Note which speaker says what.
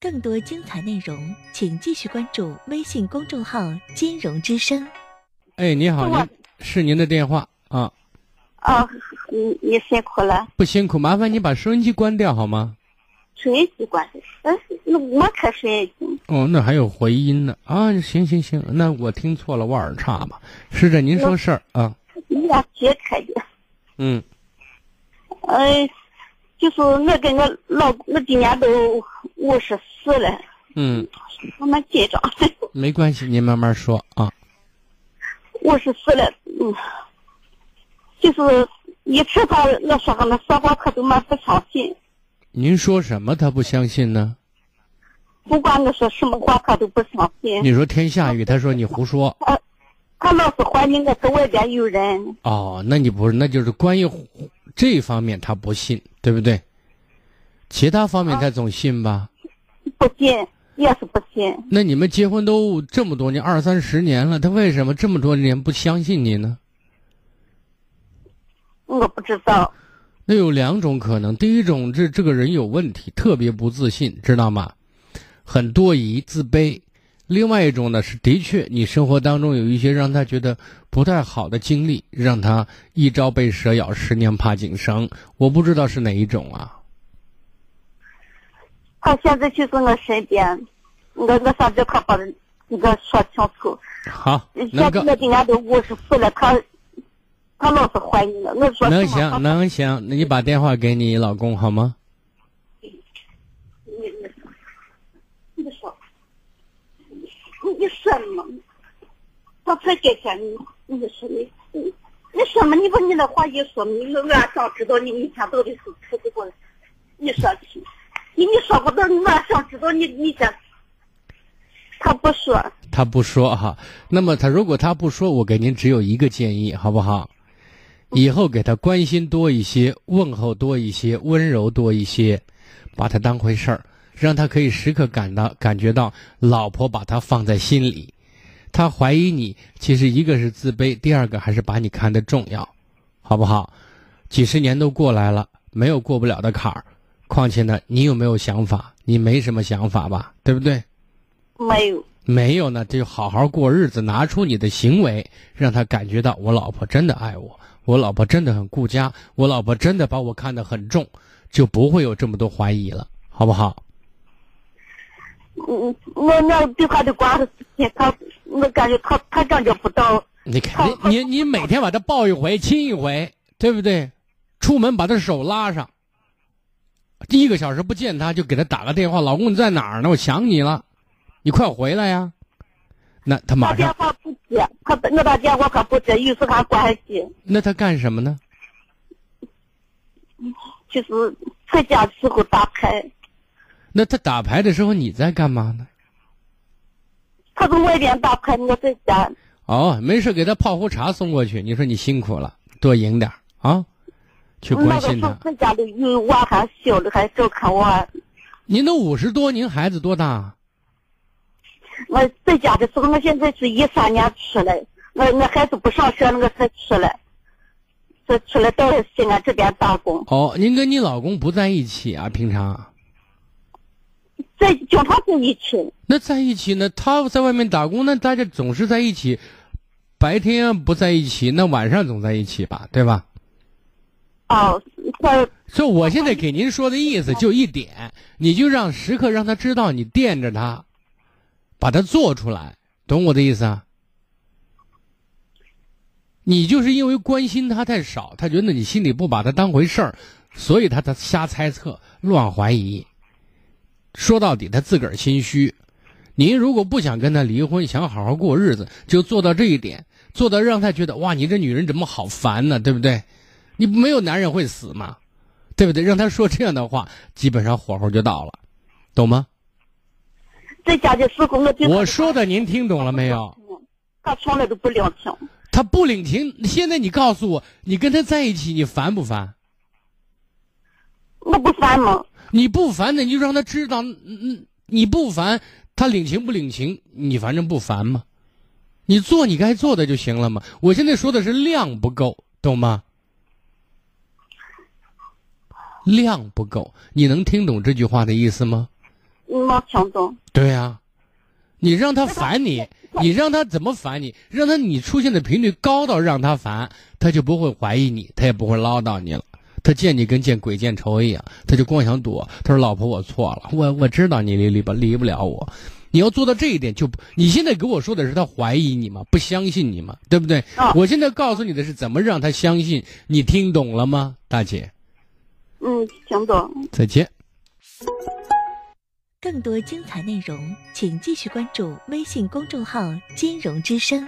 Speaker 1: 更多精彩内容，请继续关注微信公众号“金融之声
Speaker 2: 哎，你好，
Speaker 3: 是我
Speaker 2: 您是您的电话啊，
Speaker 3: 哦，你你辛苦了，
Speaker 2: 不辛苦，麻烦你把收音机关掉好吗？
Speaker 3: 收音机关系，嗯，那我可收音机，
Speaker 2: 哦，那还有回音呢啊！行行行，那我听错了，我耳差吧。是这，您说事儿啊？
Speaker 3: 你俩绝可以。
Speaker 2: 嗯，
Speaker 3: 嗯，就是我跟我老，我今年都五十四了，
Speaker 2: 嗯，
Speaker 3: 我们紧张，
Speaker 2: 没关系，您慢慢说啊。
Speaker 3: 五十四了，嗯，就是一次他我说跟他说话，他都没不相信，
Speaker 2: 您说什么他不相信呢？
Speaker 3: 不管我说什么话，他都不相信。
Speaker 2: 你说天下雨，他说你胡说。
Speaker 3: 他老是怀疑我在外边有人，
Speaker 2: 哦，那你不是，那就是关于这方面他不信，对不对？其他方面他总信吧？
Speaker 3: 不信也是不信。
Speaker 2: 那你们结婚都这么多年，二三十年了，他为什么这么多年不相信你呢？
Speaker 3: 我不知道，
Speaker 2: 那有两种可能，第一种这这个人有问题，特别不自信，知道吗？很多疑、自卑。另外一种呢是，的确你生活当中有一些让他觉得不太好的经历，让他一朝被蛇咬，十年怕井绳。我不知道是哪一种啊。
Speaker 3: 他现在就在我身边，我我想这块把这个说清楚。
Speaker 2: 好，
Speaker 3: 现在
Speaker 2: 能
Speaker 3: 我
Speaker 2: 够
Speaker 3: 今年都五十四了，他他老是怀疑我，我说
Speaker 2: 能
Speaker 3: 什么话
Speaker 2: 行能行，那你把电话给你老公好吗？
Speaker 3: 你你你说，你说嘛？他才给钱，你你说你你你说嘛？你把你的话一说嘛，我我也想知道你以前到底是出去过的，你说去，你你说不到，我也想知道你你前。他不说，
Speaker 2: 他不说哈，那么他如果他不说，我给您只有一个建议，好不好？以后给他关心多一些，问候多一些，温柔多一些，把他当回事儿，让他可以时刻感到感觉到老婆把他放在心里。他怀疑你，其实一个是自卑，第二个还是把你看得重要，好不好？几十年都过来了，没有过不了的坎儿。况且呢，你有没有想法？你没什么想法吧，对不对？
Speaker 3: 没有，
Speaker 2: 没有呢，就好好过日子，拿出你的行为，让他感觉到我老婆真的爱我，我老婆真的很顾家，我老婆真的把我看得很重，就不会有这么多怀疑了，好不好？
Speaker 3: 嗯，我那对他的关系，他我感觉他他感觉不到，
Speaker 2: 你看，你你你每天把他抱一回，亲一回，对不对？出门把他手拉上，第一个小时不见他，就给他打个电话，老公你在哪儿呢？我想你了，你快回来呀！那他
Speaker 3: 打
Speaker 2: 马
Speaker 3: 电
Speaker 2: 上，
Speaker 3: 话不接，他我打电话他不接，有时还关机。
Speaker 2: 那他干什么呢？
Speaker 3: 就是在家的时候打牌，
Speaker 2: 那他打牌的时候你在干嘛呢？
Speaker 3: 他在外边打牌，我在家。
Speaker 2: 哦，没事，给他泡壶茶送过去。你说你辛苦了，多赢点儿啊，去
Speaker 3: 哦那
Speaker 2: 关
Speaker 3: 个
Speaker 2: 心
Speaker 3: 时候
Speaker 2: 他。
Speaker 3: 在家里有娃还小了，还照看娃。
Speaker 2: 您都五十多，您孩子多大啊？
Speaker 3: 我在家的时候，我现在是一三年出来，我我孩子不上学了，我才出来，才出来到西安这边打工，
Speaker 2: 哦，您跟你老公不在一起啊？平常啊
Speaker 3: 在经常在一起。
Speaker 2: 那在一起呢？他在外面打工，那大家总是在一起，白天不在一起，那晚上总在一起吧，对吧？
Speaker 3: 哦，他
Speaker 2: 所以我现在给您说的意思就一点，你就让时刻让他知道你惦着他，把他做出来，懂我的意思啊？你就是因为关心他太少，他觉得你心里不把他当回事儿，所以他他瞎猜测、乱怀疑。说到底，他自个儿心虚。您如果不想跟他离婚，想好好过日子，就做到这一点，做到让他觉得哇，你这女人怎么好烦呢？对不对？你没有男人会死吗？对不对？让他说这样的话，基本上火候就到了，懂吗？
Speaker 3: 在家的时候，我对他
Speaker 2: 我说的您听懂了没有？
Speaker 3: 嗯他从来都不领情，
Speaker 2: 他不领情，现在你告诉我，你跟他在一起，你烦不烦？
Speaker 3: 我不烦嘛，
Speaker 2: 你不烦的，你就让他知道，嗯嗯，你不烦，他领情不领情，你反正不烦嘛。你做你该做的就行了嘛。我现在说的是量不够，懂吗？量不够。你能听懂这句话的意思吗？
Speaker 3: 没听懂。
Speaker 2: 对呀、你让他烦你，你让他怎么烦你？让他你出现的频率高到让他烦，他就不会怀疑你，他也不会唠叨你了。他见你跟见鬼见仇一样，他就光想躲。他说：“老婆，我错了，我我知道你离离不离不了我。”你要做到这一点就，不，你现在给我说的是他怀疑你嘛，不相信你嘛，对不对？
Speaker 3: 啊
Speaker 2: 我现在告诉你的是怎么让他相信，你听懂了吗，大姐？
Speaker 3: 嗯，听懂。
Speaker 2: 再见。
Speaker 1: 更多精彩内容，请继续关注微信公众号“金融之声”。